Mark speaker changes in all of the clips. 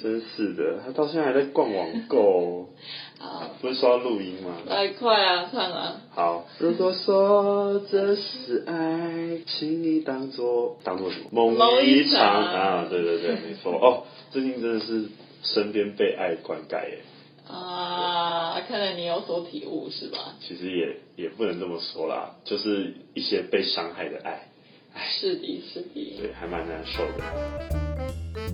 Speaker 1: 真是的，他到现在还在逛网购，
Speaker 2: 好，
Speaker 1: 不是说要录音吗？
Speaker 2: 啊来快啊，唱啊！
Speaker 1: 好，如果说这是爱，请你当做当做什么
Speaker 2: 梦
Speaker 1: 梦
Speaker 2: 一
Speaker 1: 一
Speaker 2: 场
Speaker 1: 场啊！对对 对，没错哦，最近真的是身边被爱灌溉耶，
Speaker 2: 啊，看来你有所体悟是吧？
Speaker 1: 其实也也不能这么说啦，就是一些被伤害的爱，
Speaker 2: 是的，是的。
Speaker 1: 对，还蛮难受的。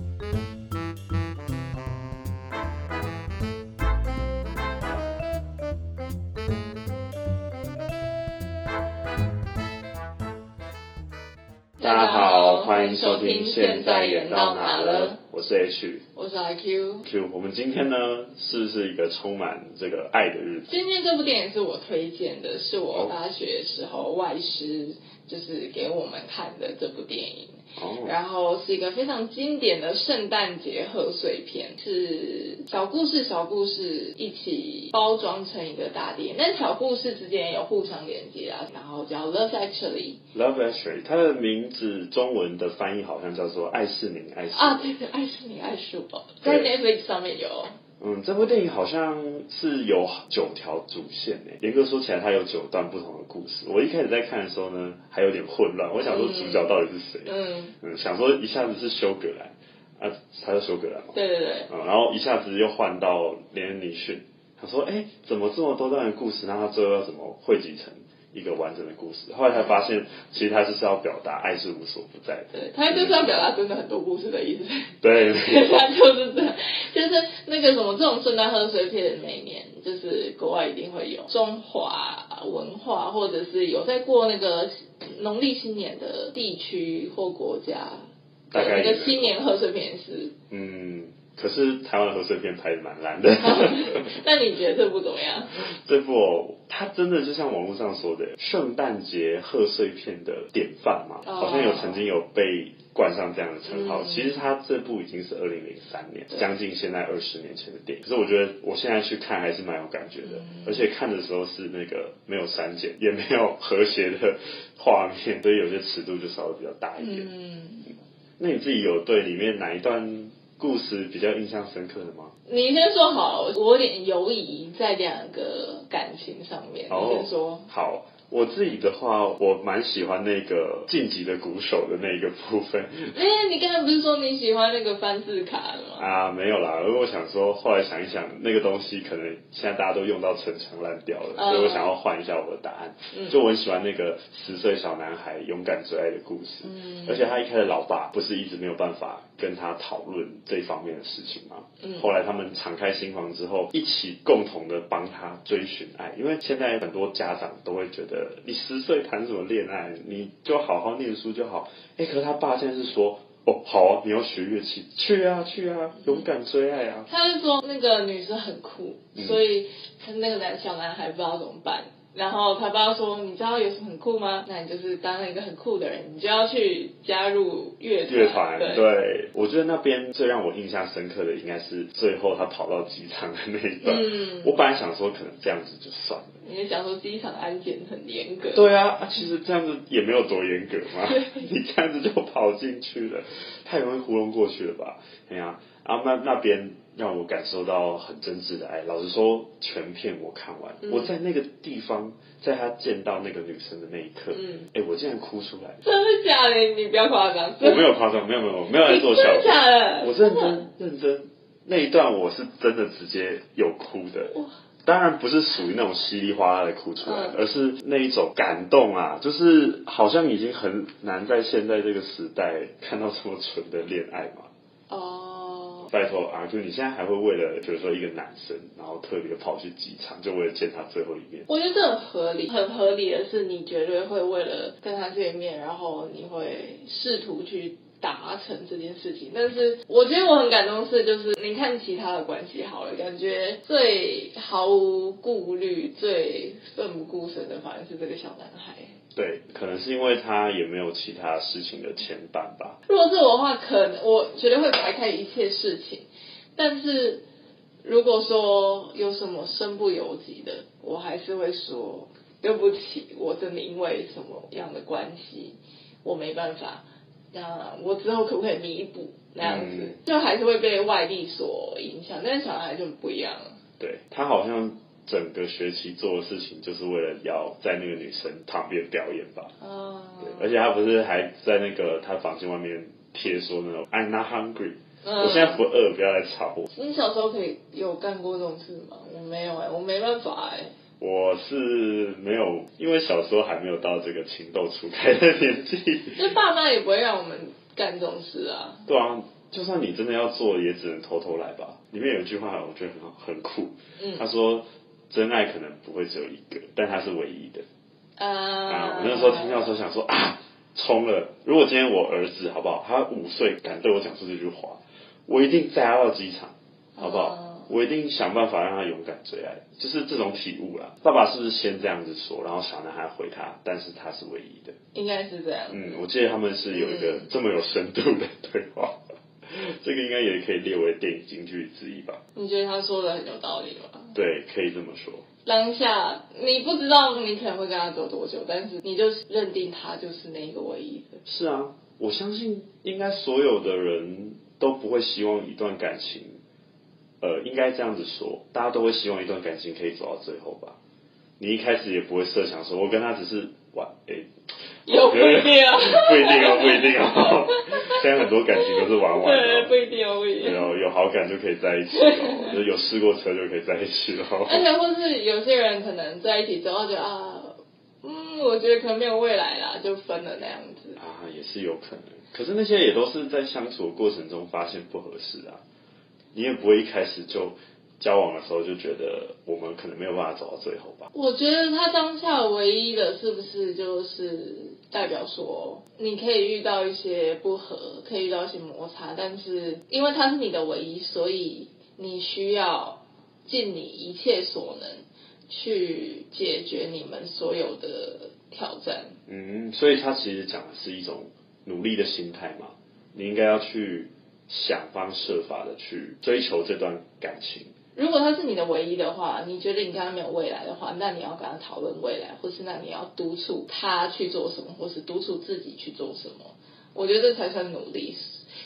Speaker 1: 大家好，欢迎收听《现在演到哪了》，我是 H
Speaker 2: 我是阿 Q。
Speaker 1: Q。我们今天呢，是不是一个充满这个爱的日子？
Speaker 2: 今天这部电影是我推荐的，是我大学时候外师就是给我们看的这部电影。
Speaker 1: 哦，
Speaker 2: 然后是一个非常经典的圣诞节贺岁片，是小故事小故事一起包装成一个大电影，但小故事之间也有互相连接啊，然后叫 Love Actually
Speaker 1: 《Love Actually》，它的名字中文的翻译好像叫做《爱是你，爱是我
Speaker 2: 啊，对对，爱是你爱是我，在
Speaker 1: 对
Speaker 2: Netflix 上面有，
Speaker 1: 嗯，这部电影好像是有九条主线诶，严格说起来，它有九段不同的故事。我一开始在看的时候呢，还有点混乱，我想说主角到底是谁？
Speaker 2: 嗯，
Speaker 1: 嗯，想说一下子是修格兰啊，他叫修格兰嘛，
Speaker 2: 对对对，
Speaker 1: 嗯，然后一下子又换到连恩尼逊，想说哎，怎么这么多段的故事？那他最后要怎么汇集成一个完整的故事？后来才发现，其实他就是要表达爱是无所不在的。
Speaker 2: 对，他就是要表达真的很多故事的意思，
Speaker 1: 对，没错
Speaker 2: 他就是这样，就是那个什么这种圣诞贺岁片，每年就是国外一定会有中华文化，或者是有在过那个农历新年的地区或国家，
Speaker 1: 大
Speaker 2: 那
Speaker 1: 概也
Speaker 2: 个新年贺岁片是。
Speaker 1: 嗯，可是台湾的贺岁片拍的蛮烂 的。
Speaker 2: 那你觉得这部怎么样？
Speaker 1: 这部哦它真的就像网络上说的，圣诞节贺岁片的典范嘛，
Speaker 2: 哦
Speaker 1: 好像有曾经有被冠上这样的称号。
Speaker 2: 嗯
Speaker 1: 其实它这部已经是二零零三年
Speaker 2: 对，
Speaker 1: 将近现在二十年前的电影。可是我觉得我现在去看还是蛮有感觉的，
Speaker 2: 嗯
Speaker 1: 而且看的时候是那个没有删减，也没有和谐的画面，所以有些尺度就稍微比较大一点。
Speaker 2: 嗯，
Speaker 1: 那你自己有对里面哪一段故事比较印象深刻的吗？
Speaker 2: 你先说好了，我有点犹疑在两个感情上面。你
Speaker 1: 哦
Speaker 2: 先说，
Speaker 1: 好，我自己的话，我蛮喜欢那个晋级的鼓手的那一个部分
Speaker 2: 哎、你刚才不是说你喜欢那个翻字卡的吗？
Speaker 1: 啊，没有啦。因为我想说，后来想一想，那个东西可能现在大家都用到陈腔滥调了，
Speaker 2: 嗯
Speaker 1: 所以我想要换一下我的答案。
Speaker 2: 嗯
Speaker 1: 就我很喜欢那个十岁小男孩勇敢追爱的故事，
Speaker 2: 嗯
Speaker 1: 而且他一开始老爸不是一直没有办法跟他讨论这方面的事情吗？
Speaker 2: 嗯
Speaker 1: 后来他们敞开心房之后，一起共同的帮他追寻爱，因为现在很多家长都会觉得你十岁谈什么恋爱，你就好好念书就好。哎，可是他爸现在是说，哦，好啊，你要学乐器，去啊去啊，勇敢追爱啊。
Speaker 2: 他就说那个女生很酷，
Speaker 1: 嗯
Speaker 2: 所以他那个男小男孩不知道怎么办。然后他爸说：“你知道有什么很酷吗？那你就是当一个很酷的人，你就要去加入乐团。”
Speaker 1: 乐团，
Speaker 2: 对，
Speaker 1: 对我觉得那边最让我印象深刻的应该是最后他跑到机场的那一段。
Speaker 2: 嗯
Speaker 1: 我本来想说可能这样子就算了。
Speaker 2: 你就想说机场安检很严格。
Speaker 1: 对啊，啊其实这样子也没有多严格嘛， 你这样子就跑进去了，太容易糊弄过去了吧？哎呀、啊，那那边让我感受到很真挚的爱。老实说，全片我看完，
Speaker 2: 嗯
Speaker 1: 我在那个地方，在他见到那个女生的那一刻，
Speaker 2: 嗯，
Speaker 1: 哎、我竟然哭出来，
Speaker 2: 真的假的？你不要夸张。
Speaker 1: 我没有夸张，没有没有没有在
Speaker 2: 你
Speaker 1: 做
Speaker 2: 真
Speaker 1: 效
Speaker 2: 的
Speaker 1: 果，
Speaker 2: 假的？
Speaker 1: 我认真认真，那一段我是真的直接有哭的。当然不是属于那种稀里哗啦的哭出来，
Speaker 2: 嗯
Speaker 1: 而是那一种感动啊，就是好像已经很难在现在这个时代看到这么纯的恋爱嘛。
Speaker 2: 哦，
Speaker 1: 拜托啊，就你现在还会为了，比如说一个男生，然后特别跑去机场，就为了见他最后一面。
Speaker 2: 我觉得这很合理。很合理的是，你绝对会为了跟他见面，然后你会试图去达成这件事情。但是我觉得我很感动的是，就是你看其他的关系好了，感觉最毫无顾虑、最奋不顾身的，反而是这个小男孩。
Speaker 1: 对，可能是因为他也没有其他事情的牵绊吧。
Speaker 2: 如果是我的话，可能我绝对会排开一切事情。但是如果说有什么身不由己的，我还是会说对不起，我真的因为什么样的关系，我没办法。那我之后可不可以弥补？那样子，
Speaker 1: 嗯
Speaker 2: 就还是会被外力所影响，但是小孩就不一样了。
Speaker 1: 对他好像整个学期做的事情，就是为了要在那个女生旁边表演吧。
Speaker 2: 哦，
Speaker 1: 对，嗯而且他不是还在那个他房间外面贴说那种 I'm not hungry，、
Speaker 2: 嗯
Speaker 1: 我现在不饿，不要来吵我。
Speaker 2: 你小时候可以有干过这种事吗？我没有哎、我没办法哎、
Speaker 1: 我是没有，因为小时候还没有到这个情窦初开的年纪。
Speaker 2: 就爸妈也不会让我们干这种事啊。
Speaker 1: 对啊，就算你真的要做，也只能偷偷来吧。里面有一句话，我觉得很好，很酷。
Speaker 2: 嗯
Speaker 1: 他说：“真爱可能不会只有一个，但它是唯一的。”啊
Speaker 2: 啊，
Speaker 1: 我那时候听到的时候想说啊，冲了！如果今天我儿子好不好，他五岁敢对我讲出这句话，我一定载他到机场，好不好？
Speaker 2: 哦
Speaker 1: 我一定想办法让他勇敢追爱，就是这种体悟啦。爸爸是不是先这样子说，然后小男孩回他，但是他是唯一的。
Speaker 2: 应该是这样。
Speaker 1: 嗯，我记得他们是有一个
Speaker 2: 嗯
Speaker 1: 这么有深度的对话， 这个应该也可以列为电影金句之一吧？
Speaker 2: 你觉得他说的很有道理吗？
Speaker 1: 对，可以这么说。
Speaker 2: 当下你不知道你可能会跟他走多久，但是你就认定他就是那一个唯一 的。
Speaker 1: 是啊，我相信应该所有的人都不会希望一段感情，呃，应该这样子说，大家都会希望一段感情可以走到最后吧。你一开始也不会设想说，我跟他只是玩，诶、
Speaker 2: 有不一定啊，
Speaker 1: 不 一定哦，不一定哦。现在很多感情都是玩玩
Speaker 2: 对，不
Speaker 1: 的、哦，
Speaker 2: 一定哦，不一定。
Speaker 1: 然后有好感就可以在一起哦，就有试过车就可以在一起哦。
Speaker 2: 而且或是有些人可能在一起之后觉得啊，嗯，我觉得可能没有未来啦，就分了那样子。
Speaker 1: 啊，也是有可能。可是那些也都是在相处的过程中发现不合适啊，你也不会一开始就交往的时候就觉得我们可能没有办法走到最后吧？
Speaker 2: 我觉得他当下唯一的是不是就是代表说，你可以遇到一些不合，可以遇到一些摩擦，但是因为他是你的唯一，所以你需要尽你一切所能去解决你们所有的挑战。
Speaker 1: 嗯，所以他其实讲的是一种努力的心态嘛，你应该要去想方设法的去追求这段感情。
Speaker 2: 如果他是你的唯一的话，你觉得你跟他没有未来的话，那你要跟他讨论未来，或是那你要督促他去做什么，或是督促自己去做什么。我觉得这才算努力。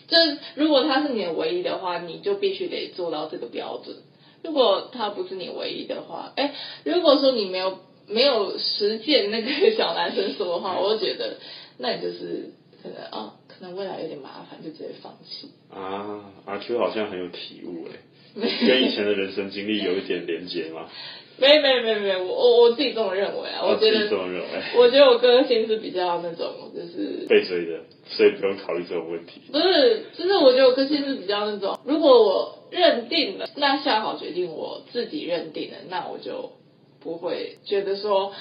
Speaker 2: 这如果他是你的唯一的话，你就必须得做到这个标准。如果他不是你唯一的话，哎，如果说你没有没有实践那个小男生说的话，我就觉得那你就是可能啊、可能未来有点麻烦，就直接放弃。
Speaker 1: 啊，阿 Q 好像很有体 悟哎，跟以前的人生经历有一点连结吗？
Speaker 2: 没没没没，我我我自己这么认为啊，我觉
Speaker 1: 啊自
Speaker 2: 得
Speaker 1: 己这么认为，
Speaker 2: 我觉得我个性是比较那种，就是
Speaker 1: 被追的，所以不用考虑这种问题。
Speaker 2: 不是，就是我觉得我个性是比较那种，如果我认定了，那下好决定，我自己认定了，那我就不会觉得说，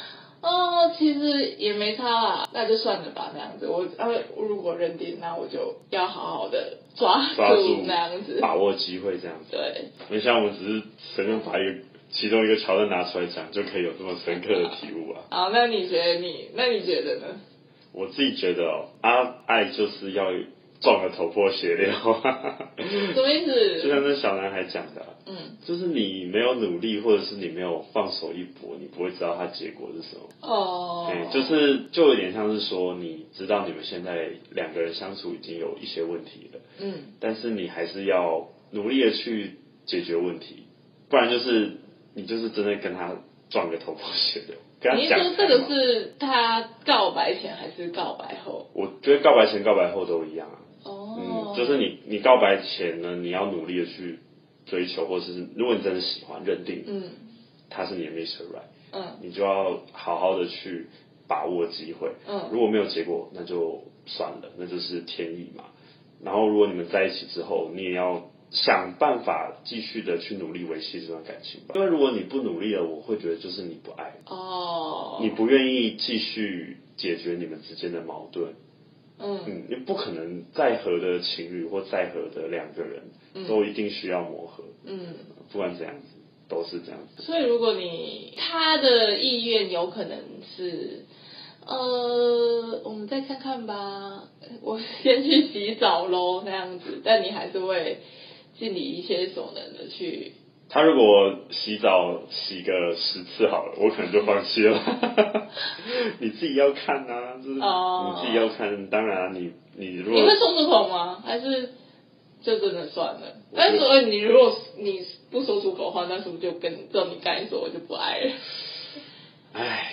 Speaker 2: 哦，其实也没差啦，那就算了吧，那样子。我呃，如果认定，那我就要好好的抓
Speaker 1: 抓住
Speaker 2: 那样子。
Speaker 1: 把握机会这样子。
Speaker 2: 对，
Speaker 1: 没想到我们只是随便把一个其中一个桥段拿出来讲，就可以有这么深刻的体悟啊！
Speaker 2: 好，那你觉得你，那你觉得呢？
Speaker 1: 我自己觉得哦，啊，爱就是要撞得头破血流，啊
Speaker 2: 什么意
Speaker 1: 就
Speaker 2: 思？
Speaker 1: 像那小男孩讲的啊、
Speaker 2: 嗯，
Speaker 1: 就是你没有努力，或者是你没有放手一搏，你不会知道它结果是什么。
Speaker 2: 哦，
Speaker 1: 对，就是就有点像是说，你知道你们现在两个人相处已经有一些问题了。
Speaker 2: 嗯。
Speaker 1: 但是你还是要努力的去解决问题，不然就是你就是真的跟他撞个头破血流。跟
Speaker 2: 你
Speaker 1: 他
Speaker 2: 是
Speaker 1: 讲
Speaker 2: 说这个是他告白前还是告白后？
Speaker 1: 我觉得告白前、告白后都一样啊。
Speaker 2: 哦
Speaker 1: 嗯，就是你你告白前呢，你要努力的去追求，或者是如果你真的喜欢，认定
Speaker 2: 嗯
Speaker 1: 他是你的 Mr. Right，
Speaker 2: 嗯
Speaker 1: 你就要好好的去把握机会。
Speaker 2: 嗯
Speaker 1: 如果没有结果，那就算了，那就是天意嘛。然后如果你们在一起之后，你也要想办法继续的去努力维系这段感情吧。因为如果你不努力了，我会觉得就是你不爱，
Speaker 2: 哦，
Speaker 1: 你不愿意继续解决你们之间的矛盾。
Speaker 2: 嗯
Speaker 1: 嗯，因为不可能再合的情侣或再合的两个人都一定需要磨合，
Speaker 2: 嗯，
Speaker 1: 不管怎样子都是这样子。
Speaker 2: 所以如果你他的意愿有可能是。呃，我们再看看吧。我先去洗澡喽，那样子。但你还是会尽你一切所能的去。
Speaker 1: 他如果洗澡洗个十次好了，我可能就放弃了。你自己要看啊，就是
Speaker 2: 哦
Speaker 1: 你自己要看。当然啊、你你如
Speaker 2: 你
Speaker 1: 果
Speaker 2: 会冲着头吗？还是就真的算了。
Speaker 1: 我觉
Speaker 2: 但
Speaker 1: 得
Speaker 2: 是所以你如果你不说出口的话，那是不是就跟照你刚才说，我就不爱了？
Speaker 1: 唉，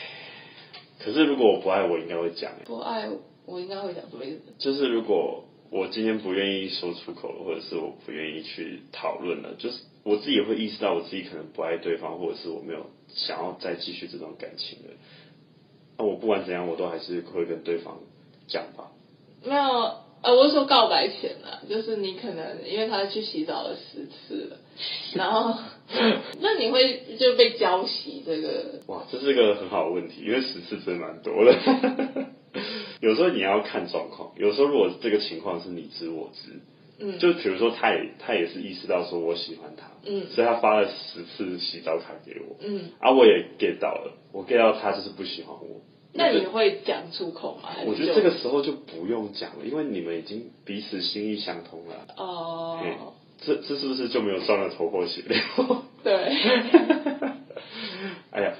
Speaker 1: 可是如果我不爱，我应该会讲。
Speaker 2: 不爱，我应该会讲什么意思？
Speaker 1: 就是如果我今天不愿意说出口了，或者是我不愿意去讨论了，就是我自己也会意识到我自己可能不爱对方，或者是我没有想要再继续这段感情了。那我不管怎样，我都还是会跟对方讲吧。
Speaker 2: 没有，呃，我是说告白前啊，就是你可能因为他去洗澡了十次 了，然后那你会就被浇熄这个，
Speaker 1: 哇，这是个很好的问题，因为十次真的蛮多了。 有时候你要看状况，有时候如果这个情况是你知我知，
Speaker 2: 嗯，
Speaker 1: 就比如说他也他也是意识到说我喜欢他，
Speaker 2: 嗯
Speaker 1: 所以他发了十次洗澡卡给我，
Speaker 2: 嗯，
Speaker 1: 啊，我也 get 到了，我 get 到他就是不喜欢我。
Speaker 2: 那你会讲出口吗？还是
Speaker 1: 我觉
Speaker 2: 就
Speaker 1: 得这个时候就不用讲了，因为你们已经彼此心意相通了。
Speaker 2: 哦、
Speaker 1: 嗯这这是不是就没有撞了头破血流？
Speaker 2: 对，
Speaker 1: 哎呀，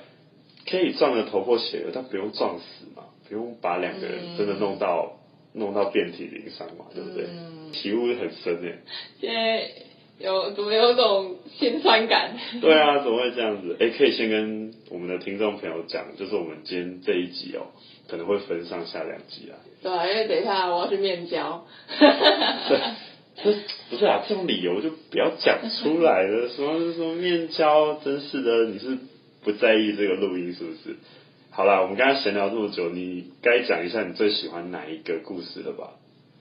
Speaker 1: 可以撞了头破血流，但不用撞死嘛，不用把两个人真的弄到、弄到遍体鳞伤嘛，对不对？
Speaker 2: 嗯，
Speaker 1: 体悟很深诶。
Speaker 2: 现在有怎么有种心酸感？
Speaker 1: 对啊，怎么会这样子？哎，可以先跟我们的听众朋友讲，就是我们今天这一集哦，可能会分上下两集啊。
Speaker 2: 对啊，因为等一下我要去面交，
Speaker 1: 这不是啊，这种理由就不要讲出来了。什么什么面交，真是的，你是不在意这个录音是不是？好啦，我们刚才闲聊这么久，你该讲一下你最喜欢哪一个故事了吧？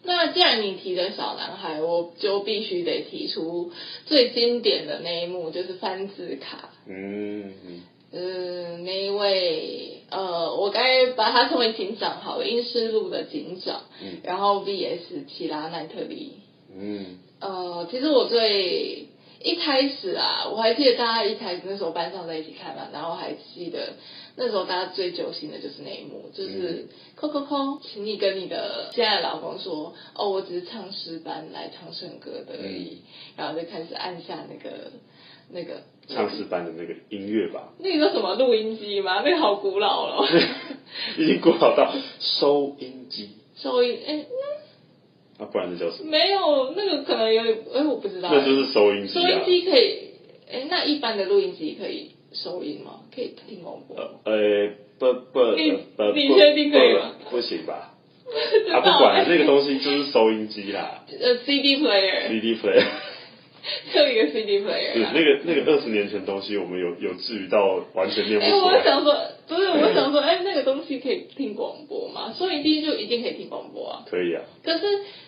Speaker 2: 那既然你提的小男孩，我就必须得提出最经典的那一幕，就是翻字卡。
Speaker 1: 嗯，嗯
Speaker 2: 嗯，那一位呃，我该把他称为警长好了，英诗路的警长。
Speaker 1: 嗯
Speaker 2: 然后 VS 奇拉奈特利。
Speaker 1: 嗯
Speaker 2: 呃，其实我最一开始啊，我还记得大家一开始那时候班上在一起看嘛，然后还记得那时候大家最揪心的就是那一幕，就是
Speaker 1: 嗯
Speaker 2: 扣扣扣，请你跟你的现在的老公说，哦，我只是唱诗班来唱圣歌的而已，
Speaker 1: 嗯
Speaker 2: 然后就开始按下那个那个
Speaker 1: 唱诗班的那个音乐吧，
Speaker 2: 那个叫什么录音机吗？那个好古老哦 了，
Speaker 1: 已经古老到收音机
Speaker 2: 收音哎、
Speaker 1: 啊，不然那叫什么？
Speaker 2: 没有那个可能有点哎、我不知道、
Speaker 1: 那就是收音机
Speaker 2: 收音
Speaker 1: 啊。
Speaker 2: 机可以，哎、那一般的录音机可以收音吗？可以听广播 吗？
Speaker 1: 呃，不不
Speaker 2: 你
Speaker 1: 不，
Speaker 2: 你
Speaker 1: 不
Speaker 2: 确定可以吗
Speaker 1: 不不行吧？
Speaker 2: 知道
Speaker 1: 啊，不管了，
Speaker 2: 欸
Speaker 1: 那个东西就是收音机啦
Speaker 2: 呃，CD player，
Speaker 1: ，CD player。
Speaker 2: 就一个 CD
Speaker 1: 是
Speaker 2: player 啊。
Speaker 1: 那个那个二十年前的东西，我们有有至于到完全念
Speaker 2: 哎、
Speaker 1: 不出
Speaker 2: 我
Speaker 1: 来。
Speaker 2: 想说，不是，我想 说，哎、那个东西可以听广播吗？收音机就一定可以听广播啊。
Speaker 1: 可以啊，
Speaker 2: 可是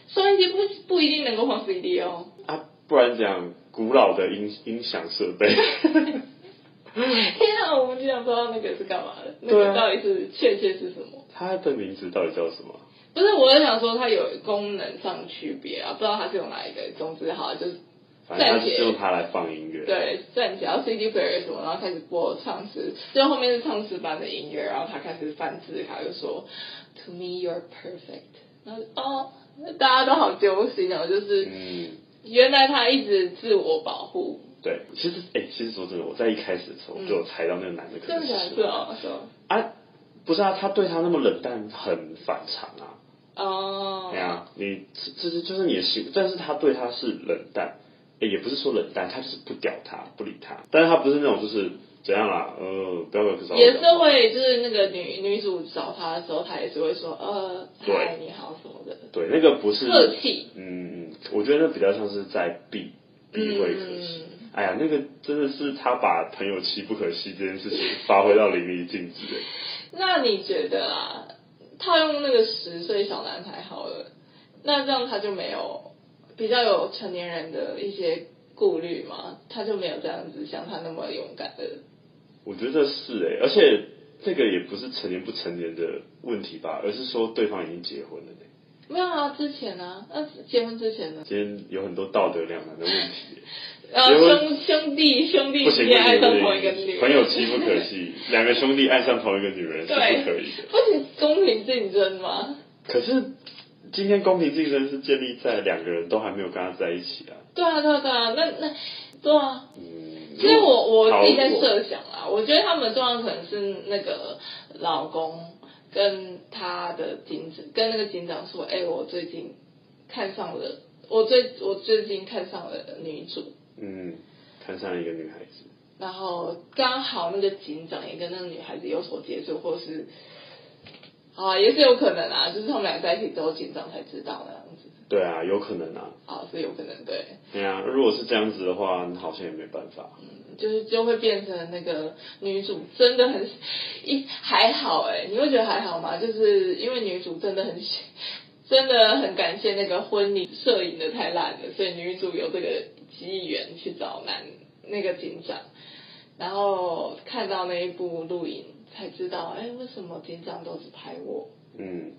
Speaker 2: 收音机不不一定能够放 CD 哦。
Speaker 1: 啊，不然讲古老的音音响设备，
Speaker 2: 天啊，我们竟然不知道那个是干嘛的，那
Speaker 1: 对
Speaker 2: 个
Speaker 1: 啊
Speaker 2: 到底是确切是什么？
Speaker 1: 它的名字到底叫什么？
Speaker 2: 不是，我是想说它有功能上区别啊，不知道它是用哪一个。总之，好，就是
Speaker 1: 反正它
Speaker 2: 暂
Speaker 1: 就是
Speaker 2: 且
Speaker 1: 用它来放音乐。
Speaker 2: 对，站起来，然后 CD player 什么，然后开始播唱诗，最后后面是唱诗班的音乐，然后他开始翻字卡，就说 To me you're perfect，然后哦，大家都好揪心哦，就是
Speaker 1: 嗯，
Speaker 2: 原来他一直自我保护，
Speaker 1: 对。其实，哎、其实说真的，我在一开始的时候
Speaker 2: 嗯
Speaker 1: 就有猜到那个男的可
Speaker 2: 真的
Speaker 1: 能是
Speaker 2: 假
Speaker 1: 喜
Speaker 2: 的？
Speaker 1: 欢
Speaker 2: 哦，是哦
Speaker 1: 啊，不是啊，他对他那么冷淡，很反常啊。
Speaker 2: 哦，
Speaker 1: 对啊，你这这是就是你的心，但是他对他是冷淡，诶也不是说冷淡，他就是不屌他，不理他，但是他不是那种就是怎样啦，呃，不要跟他
Speaker 2: 也是会，就是那个女女主找他的时候，他也是会说，呃，
Speaker 1: 对
Speaker 2: 嗨，你好什么的，
Speaker 1: 对，那个不是，
Speaker 2: 客气，
Speaker 1: 嗯，嗯，我觉得那比较像是在避避讳可惜。
Speaker 2: 嗯
Speaker 1: 哎呀，那个真的是他把朋友妻不可欺这件事情发挥到淋漓尽致。
Speaker 2: 那你觉得啊，套用那个十岁小男孩好了，那这样他就没有比较有成年人的一些顾虑吗？他就没有这样子像他那么勇敢的。
Speaker 1: 我觉得是哎、而且这个也不是成年不成年的问题吧，而是说对方已经结婚了、欸。
Speaker 2: 没有啊，之前啊，那结婚之前呢？
Speaker 1: 今天有很多道德两难的问题、
Speaker 2: 呃，
Speaker 1: 结婚
Speaker 2: 兄兄弟兄弟
Speaker 1: 不
Speaker 2: 之
Speaker 1: 行不
Speaker 2: 间
Speaker 1: 行
Speaker 2: 爱
Speaker 1: 不
Speaker 2: 上同一个女
Speaker 1: 行，
Speaker 2: 人，
Speaker 1: 朋友妻不 可欺，两个兄弟爱上同一个女人是
Speaker 2: 对
Speaker 1: 不可以的。
Speaker 2: 不行，公平竞争吗？
Speaker 1: 可是今天公平竞争是建立在两个人都还没有跟他在一起啊。
Speaker 2: 对啊，对啊，对啊，那那对啊，
Speaker 1: 嗯，
Speaker 2: 其实我我自己在
Speaker 1: 好
Speaker 2: 设想啊，我觉得他们的状况可能是那个老公跟他的警长跟那个警长说，哎、我最近看上了我最我最近看上了女主，
Speaker 1: 嗯，看上一个女孩子，
Speaker 2: 然后刚好那个警长也跟那个女孩子有所接触，或是啊也是有可能啊，就是他们俩在一起之后，警长才知道那样子
Speaker 1: 对啊，有可能啊，
Speaker 2: 啊，是有可能对，
Speaker 1: 对啊，如果是这样子的话，好像也没办法，
Speaker 2: 就是就会变成那个女主真的很一还好哎、你会觉得还好吗？就是因为女主真的很喜真的很感谢那个婚礼摄影的太烂了，所以女主有这个机缘去找男那个警长，然后看到那一部录影才知道，哎、为什么警长都只拍我？
Speaker 1: 嗯，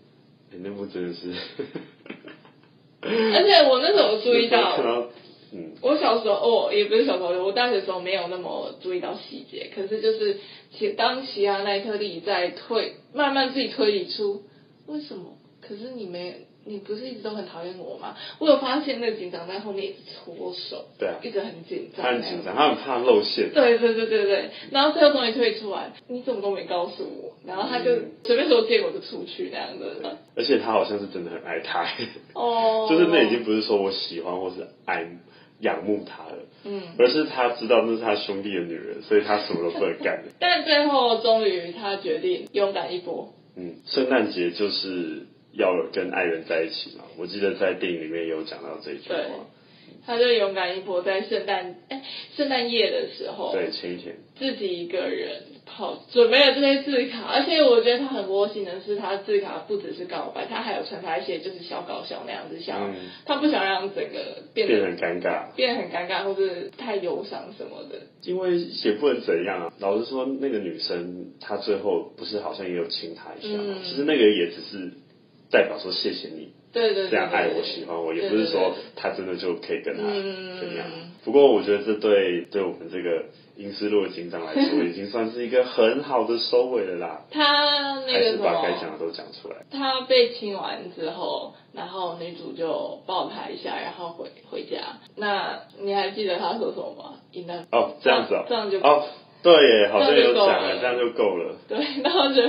Speaker 1: 欸那部真的是，
Speaker 2: 而且我 那时候注 意到
Speaker 1: 看，到，嗯
Speaker 2: 我小时候，哦，也不是小时候，我大学的时候没有那么注意到细节，可是就是，其当齐亚奈特利在推，慢慢自己推理出为什么，可是你没，你不是一直都很讨厌我吗？我有发现那个警长在后面一直搓手，
Speaker 1: 对啊
Speaker 2: 一直很紧张，
Speaker 1: 他很紧张，他很怕露馅，
Speaker 2: 对对对对对，然后最后终于退出来，你怎么都没告诉我，然后他就
Speaker 1: 嗯
Speaker 2: 随便说借我就出去那样的，
Speaker 1: 而且他好像是真的很爱他，
Speaker 2: 哦，
Speaker 1: 就是那已经不是说我喜欢或是爱仰慕他了，
Speaker 2: 嗯。
Speaker 1: 而是他知道那是他兄弟的女人，所以他什么都不能 干。
Speaker 2: 但最后终于他决定勇敢一搏，
Speaker 1: 嗯，圣诞节就是要跟爱人在一起嘛。我记得在电影里面有讲到这句话。
Speaker 2: 他就勇敢一搏，在圣诞哎圣诞夜的时候，
Speaker 1: 对，前一天，
Speaker 2: 自己一个人跑准备了这些字卡，而且我觉得他很窝心的是，他字卡不只是告白，他还有传达一些就是小搞笑那样子，想、
Speaker 1: 嗯，
Speaker 2: 他不想让整个变
Speaker 1: 变
Speaker 2: 得
Speaker 1: 得很尴尬，
Speaker 2: 变得很尴尬或者太忧伤什么的。
Speaker 1: 因为也不能怎样啊。老实说，那个女生她最后不是好像也有亲他一下嘛？
Speaker 2: 嗯
Speaker 1: 其实那个也只是代表说谢谢你
Speaker 2: 对对对
Speaker 1: 这样爱我、喜
Speaker 2: 对
Speaker 1: 欢我，也
Speaker 2: 对
Speaker 1: 不是
Speaker 2: 对
Speaker 1: 说
Speaker 2: 对
Speaker 1: 她真的就可以跟他怎样
Speaker 2: 嗯。
Speaker 1: 不过我觉得这对对我们这个英斯路的警长来 说，已经算是一个很好的收尾了啦。
Speaker 2: 嗯他那
Speaker 1: 还
Speaker 2: 个
Speaker 1: 是
Speaker 2: 什
Speaker 1: 把该讲
Speaker 2: 么，
Speaker 1: 的都讲出来。
Speaker 2: 他被亲完之后，然后女主就抱他一下，然后回回家。那你还记得他说什么吗？In a
Speaker 1: 哦，这样子哦，
Speaker 2: 这样就
Speaker 1: 哦，对耶，好像
Speaker 2: 这样
Speaker 1: 有
Speaker 2: 就够
Speaker 1: 讲了，
Speaker 2: 了
Speaker 1: 这样就够了。
Speaker 2: 对， 然后就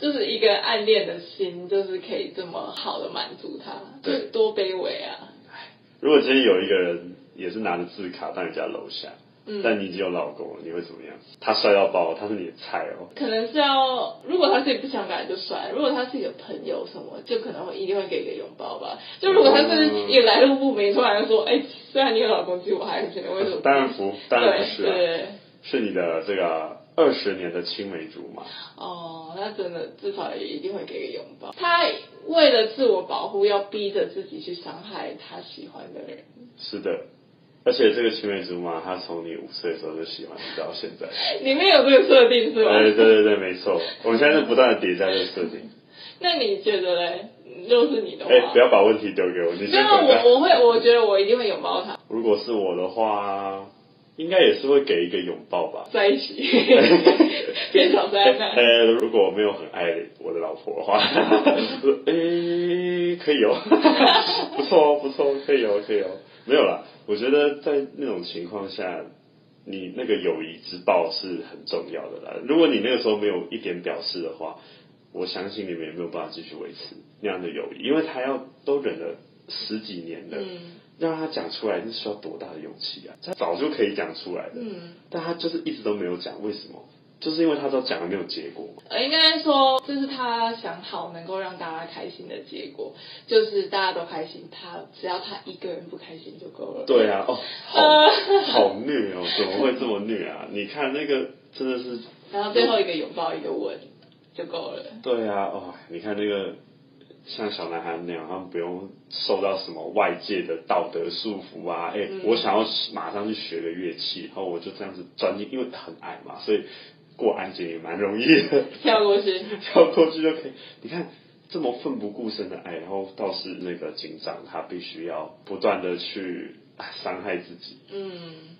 Speaker 2: 就是一个暗恋的心，就是可以这么好的满足他，
Speaker 1: 对
Speaker 2: 就多卑微啊！
Speaker 1: 如果今天有一个人也是拿着字卡到你家楼下，
Speaker 2: 嗯
Speaker 1: 但你已经有老公了，你会怎么样？他帅到爆，他是你的菜哦。
Speaker 2: 可能是要，如果他自己不想改就算了，如果他是你的朋友什么，就可能会一定会给一个拥抱吧。就如果他是也来路不明，突然说，哎、虽然你有老公，其实我还是觉得为什么？
Speaker 1: 当然不，当然不是
Speaker 2: 对
Speaker 1: 啊，
Speaker 2: 对，
Speaker 1: 是你的这个二十年的青梅竹马。
Speaker 2: 哦，那真的至少也一定会给个拥抱。他为了自我保护，要逼着自己去伤害他喜欢的人。
Speaker 1: 是的，而且这个青梅竹马，他从你五岁的时候就喜欢你到现在。
Speaker 2: 里面有这个设定是吗？
Speaker 1: 哎，对对对，没错，我们现在是不断的叠加这个设定。
Speaker 2: 那你觉得嘞？就是你的话，
Speaker 1: 哎，不要把问题丢给我，你
Speaker 2: 嗯没
Speaker 1: 先
Speaker 2: 有
Speaker 1: 回答。
Speaker 2: 我，我会，我觉得我一定会拥抱他，
Speaker 1: 如果是我的话，应该也是会给一个拥抱吧。
Speaker 2: 在一 起，变小灾
Speaker 1: 呃、
Speaker 2: 难。
Speaker 1: 如果我没有很爱我的老婆的话， 呃、可以哦， 不错哦，不错哦，可以哦，可以哦，没有啦。我觉得在那种情况下，你那个友谊之报是很重要的啦。如果你那个时候没有一点表示的话，我相信你们也没有办法继续维持那样的友谊，因为他要都忍了十几年了，
Speaker 2: 嗯
Speaker 1: 让他讲出来，那需要多大的勇气啊！他早就可以讲出来的，
Speaker 2: 嗯，
Speaker 1: 但他就是一直都没有讲，为什么？就是因为他都讲了没有结果。
Speaker 2: 呃应该说这是他想好能够让大家开心的结果，就是大家都开心，他只要他一个人不开心就够了。呃
Speaker 1: 对啊，哦，好好虐哦，怎么会这么虐 啊？你看那个真的是，
Speaker 2: 然后最后一个拥抱，一个吻就够了。
Speaker 1: 对啊，哦，你看那个像小男孩那样，他们不用受到什么外界的道德束缚啊。哎、
Speaker 2: 嗯
Speaker 1: 我想要马上去学个乐器，然后我就这样子钻进，因为很矮嘛，所以过安检也蛮容易的。
Speaker 2: 跳过去，
Speaker 1: 跳过去就可以。你看这么奋不顾身的爱，然后倒是那个警长他必须要不断的去啊伤害自己。
Speaker 2: 嗯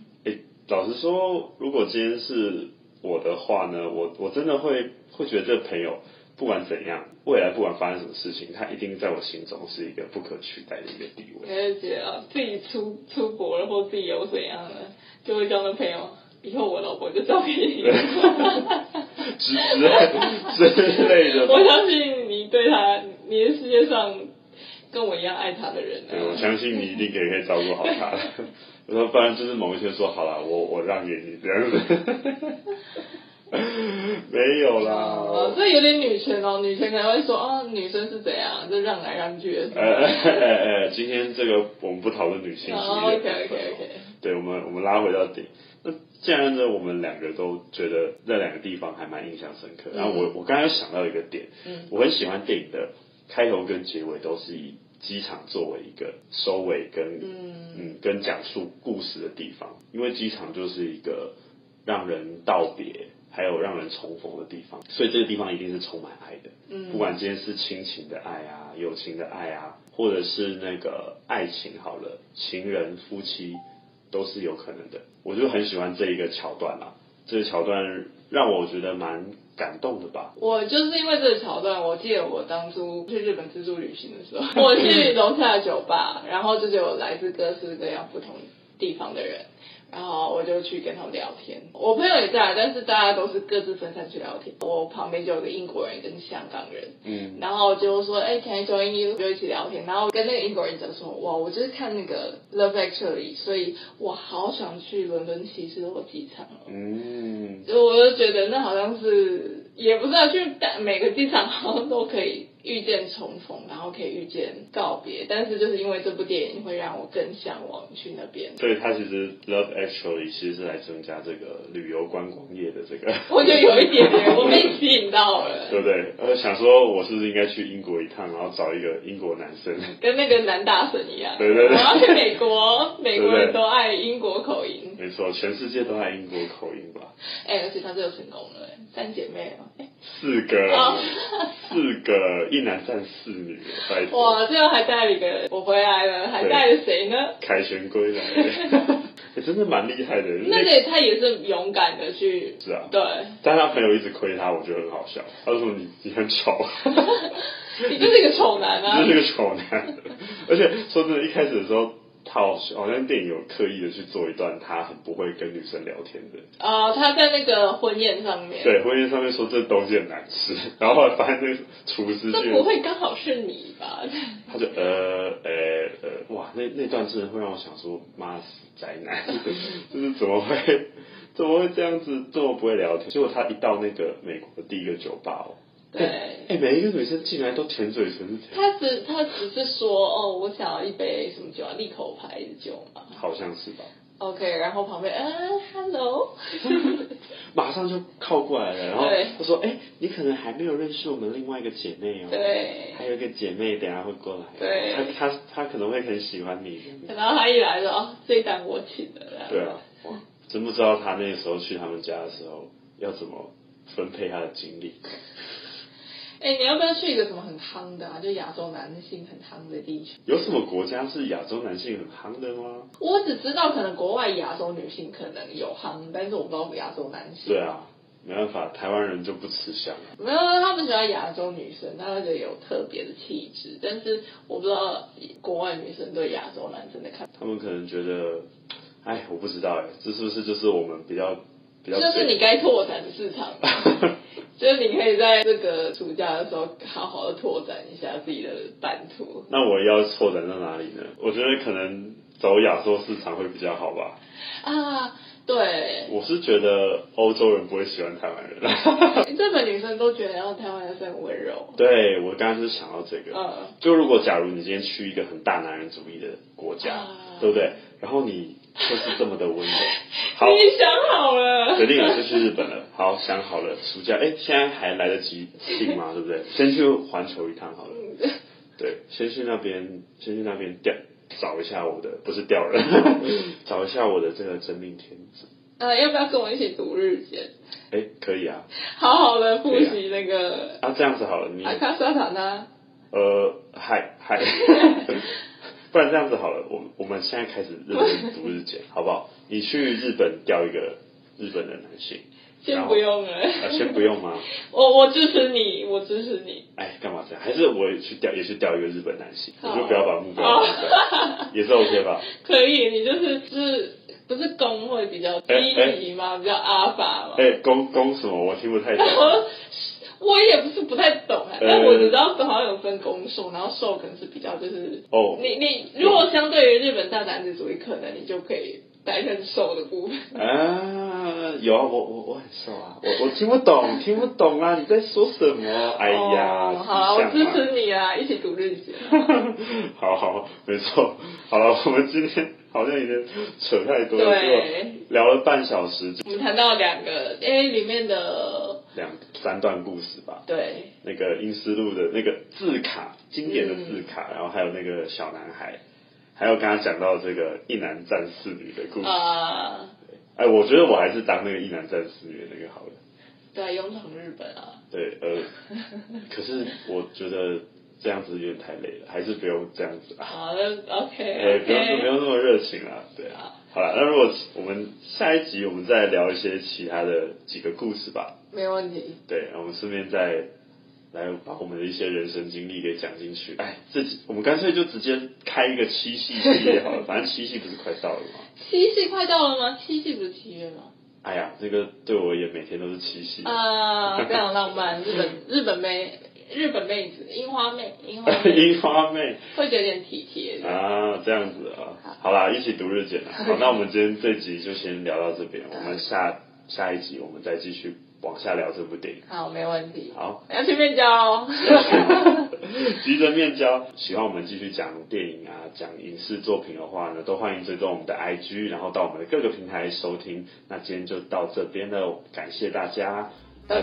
Speaker 1: 老实说，如果今天是我的话呢，我我真的会会觉得这朋友不管怎样，未来不管发生什么事情，他一定在我心中是一个不可取代的一个地位。
Speaker 2: 你就觉得啊自己出出国了或自己有怎样了，就会交男朋友。以后我老婆就交给你。
Speaker 1: 之之类之类的吧。
Speaker 2: 我相信你对他，你是世界上跟我一样爱他的人
Speaker 1: 对，我
Speaker 2: 啊。
Speaker 1: 相信你一定也可以照顾好他。 我说，不然就是某一天说好了，我我让给你这样子。 没有
Speaker 2: 哦
Speaker 1: 啦，，
Speaker 2: 这有点女权哦，女权可能会说啊，女生是怎样，就让来让去的。
Speaker 1: 呃 呃呃，呃今天这个我们不讨论女性主
Speaker 2: 哦
Speaker 1: 义的部
Speaker 2: ，OK
Speaker 1: 分
Speaker 2: OK
Speaker 1: 哦
Speaker 2: OK，
Speaker 1: 对，我们我们拉回到底。那既然呢，我们两个都觉得那两个地方还蛮印象深刻。然后我我刚刚想到一个点，
Speaker 2: 嗯
Speaker 1: 我很喜欢电影的开头跟结尾都是以机场作为一个收尾跟
Speaker 2: 嗯
Speaker 1: 嗯跟讲述故事的地方，因为机场就是一个让人道别还有让人重逢的地方，所以这个地方一定是充满爱的。
Speaker 2: 嗯，
Speaker 1: 不管今天是亲情的爱啊、友情的爱啊，或者是那个爱情好了，情人、夫妻都是有可能的。我就很喜欢这一个桥段啦，这个桥段让我觉得蛮感动的吧。
Speaker 2: 我就是因为这个桥段，我记得我当初去日本自助旅行的时候，我去楼下的酒吧，然后就是有来自各式各样不同地方的人，然后我就去跟他们聊天。我朋友也在，但是大家都是各自分散去聊天。我旁边就有个英国人跟香港人，
Speaker 1: 嗯，
Speaker 2: 然后就说，哎、c a n I join you？就一起聊天。然后跟那个英国人讲说，哇，我就是看那个 Love Actually，所以我好想去伦敦骑士或机场哦。
Speaker 1: 嗯，
Speaker 2: 就我就觉得那好像是，也不知道，就是大每个机场好像都可以遇见重逢，然后可以遇见告别。但是就是因为这部电影，会让我更向往去那边。
Speaker 1: 所以它其实 Love Actually 其实是来增加这个旅游观光业的这个，
Speaker 2: 我就有一点点，我被吸引到了，
Speaker 1: 对不对？呃，想说我是不是应该去英国一趟，然后找一个英国男 生？
Speaker 2: 跟那个男大神一样。
Speaker 1: 对对对
Speaker 2: 我要去美国，美国
Speaker 1: 对对
Speaker 2: 人都爱英国口音。
Speaker 1: 没错，全世界都爱英国口音吧？
Speaker 2: 哎、而且他最后成功了，三姐妹哦、
Speaker 1: 四个，
Speaker 2: 哦
Speaker 1: 四个，一男占四女，拜托，
Speaker 2: 哇，最后还带了一个，我回来了，还
Speaker 1: 对
Speaker 2: 带了谁呢？
Speaker 1: 凯旋 归来，欸真的蛮厉害的。
Speaker 2: 那个他也是勇敢的去，
Speaker 1: 是啊，
Speaker 2: 对。
Speaker 1: 但他朋友一直亏他，我觉得很好笑。他说你你很 丑，
Speaker 2: 你就是一个丑男啊！
Speaker 1: 你就是个丑男。而且说真的，一开始的时候。他好像好像电影有刻意的去做一段他很不会跟女生聊天的，
Speaker 2: 呃，他在那个婚宴上面，
Speaker 1: 对，婚宴上面说这东西很难吃， 然后后来发现那个厨师
Speaker 2: 这
Speaker 1: 竟
Speaker 2: 不
Speaker 1: 然
Speaker 2: 会刚好是你吧？
Speaker 1: 他就呃呃呃，哇，那那段真的会让我想说，妈死宅男， 就是怎么会 怎么会这样子这么不会聊天？结果他一到那个美国的第一个酒吧哦，
Speaker 2: 对，
Speaker 1: 哎、每一个女生进来都舔嘴唇是舔，
Speaker 2: 他只他只是说哦，我想要一杯什么酒啊，利口牌的酒嘛。
Speaker 1: 好像是吧？
Speaker 2: OK，然后旁边嗯、h e l l o
Speaker 1: 马上就靠过来了，然后
Speaker 2: 对
Speaker 1: 他说，哎、你可能还没有认识我们另外一个姐妹哦，
Speaker 2: 对
Speaker 1: 还有一个姐妹等一下会过来，
Speaker 2: 对
Speaker 1: 她她她可能会很喜欢你，
Speaker 2: 然后他一来就哦，这一单我请的啦。
Speaker 1: 对啊，哇，真不知道他那时候去他们家的时候要怎么分配他的精力。
Speaker 2: 哎、你要不要去一个什么很夯的啊？就亚洲男性很夯的地区？
Speaker 1: 有什么国家是亚洲男性很夯的吗？
Speaker 2: 我只知道可能国外亚洲女性可能有夯，但是我不知道亚洲男性。
Speaker 1: 对啊，没办法，台湾人就不吃香啊。
Speaker 2: 没有，他们喜欢亚洲女生，他们觉得有特别的气质，但是我不知道国外女生对亚洲男生的看法。
Speaker 1: 他们可能觉得，哎，我不知道哎，这是不是就是我们比较比较
Speaker 2: 就是你该拓展的市场， 就是你可以在这个暑假的时候好好的拓展一下自己的版图。
Speaker 1: 那我要错展到哪里呢？我觉得可能走亚洲市场会比较好吧。
Speaker 2: 啊，对，
Speaker 1: 我是觉得欧洲人不会喜欢台湾人。
Speaker 2: 日本女生都觉得哦台湾男生很温柔，
Speaker 1: 对我刚刚是想到这个，
Speaker 2: 嗯，
Speaker 1: 就如果假如你今天去一个很大男人主义的国家，
Speaker 2: 啊
Speaker 1: 对不对？然后你就是这么的温柔，好，
Speaker 2: 嗯你想好了，
Speaker 1: 决定了就去日本了。好，想好了，暑假哎，现在还来得及定吗？对不对？先去环球一趟好了。对，先去那边，先去那边钓，找一下我的不是钓人， 找一下我的这个真命天子。
Speaker 2: 呃，要不要跟我一起读日检？
Speaker 1: 哎，可以啊，
Speaker 2: 好好的复习那个
Speaker 1: 啊这样子好了，你
Speaker 2: 阿卡莎塔纳。
Speaker 1: 呃，嗨 嗨，不然这样子好了，我们我们现在开始认真读日检，好不好？你去日本钓一个日本的男性，
Speaker 2: 先不用
Speaker 1: 啊，
Speaker 2: 了，
Speaker 1: 先不用吗？
Speaker 2: 我我支持你，我支持你。
Speaker 1: 哎，干嘛这样？还是我也去钓，也去钓一个日本男性，我
Speaker 2: 好
Speaker 1: 就不要把目标定在，也是 OK 吧？
Speaker 2: 可以，你就是就是不是攻会
Speaker 1: 哎
Speaker 2: 比较低级吗？比较阿法吗？
Speaker 1: 哎，公公什么？我听不太懂。
Speaker 2: 我我也不是不太懂啊，
Speaker 1: 呃
Speaker 2: 但我只知道好像有分攻受，然后受可能是比较就是，
Speaker 1: 哦
Speaker 2: 你你如果相对于日本大男子主义，可能你就可以担任受的部分。
Speaker 1: 啊，有啊，我我我很瘦啊，我我听不懂，听不懂啊，你在说什么？哎呀，
Speaker 2: 哦好啦，我
Speaker 1: 识
Speaker 2: 支
Speaker 1: 相嘛
Speaker 2: 持你啊，一起读日记。
Speaker 1: 好好，没错。好了，我们今天好像有点扯太多了，
Speaker 2: 对
Speaker 1: 结果聊了半小时，
Speaker 2: 我们谈到两个，哎、里面的
Speaker 1: 两三段故事吧。
Speaker 2: 对，
Speaker 1: 那个英思路的那个字卡，经典的字
Speaker 2: 嗯
Speaker 1: 卡，然后还有那个小男孩，还有刚刚讲到这个一男战四女的故事。
Speaker 2: 啊、
Speaker 1: 哎，我觉得我还是当那个一男战四女的那个好了。
Speaker 2: 对，勇闯日本 啊，
Speaker 1: 对，呃，可是我觉得这样子有点太累了，还是不用这样子啊。
Speaker 2: 好的，OK，
Speaker 1: 哎，不用不
Speaker 2: OK，
Speaker 1: 用那么热情啦，对啊。好了，那如果我们下一集我们再聊一些其他的几个故事吧。
Speaker 2: 没问题。
Speaker 1: 对，然后我们顺便再来把我们的一些人生经历给讲进去。哎，这集我们干脆就直接开一个七夕系列好 了，反正七夕不是快到了吗？
Speaker 2: 七夕快到了吗？七夕不是七月吗？
Speaker 1: 哎呀，这个对我而言每天都是七夕。
Speaker 2: 啊，非常浪漫，日本日本妹，日本妹子，樱花妹，樱花 妹
Speaker 1: 樱花妹
Speaker 2: 会觉得有点体贴。
Speaker 1: 啊，这样子啊，好啦，一起读日检啦。好，那我们今天这集就先聊到这边，我们下下一集我们再继续往下聊这部电影。
Speaker 2: 好，没问题。
Speaker 1: 好，
Speaker 2: 要去面交 哦。
Speaker 1: 急着面交。喜欢我们继续讲电影啊，讲影视作品的话呢，都欢迎追踪我们的 IG，然后到我们的各个平台收听。那今天就到这边了，感谢大家，拜拜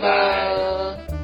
Speaker 2: 拜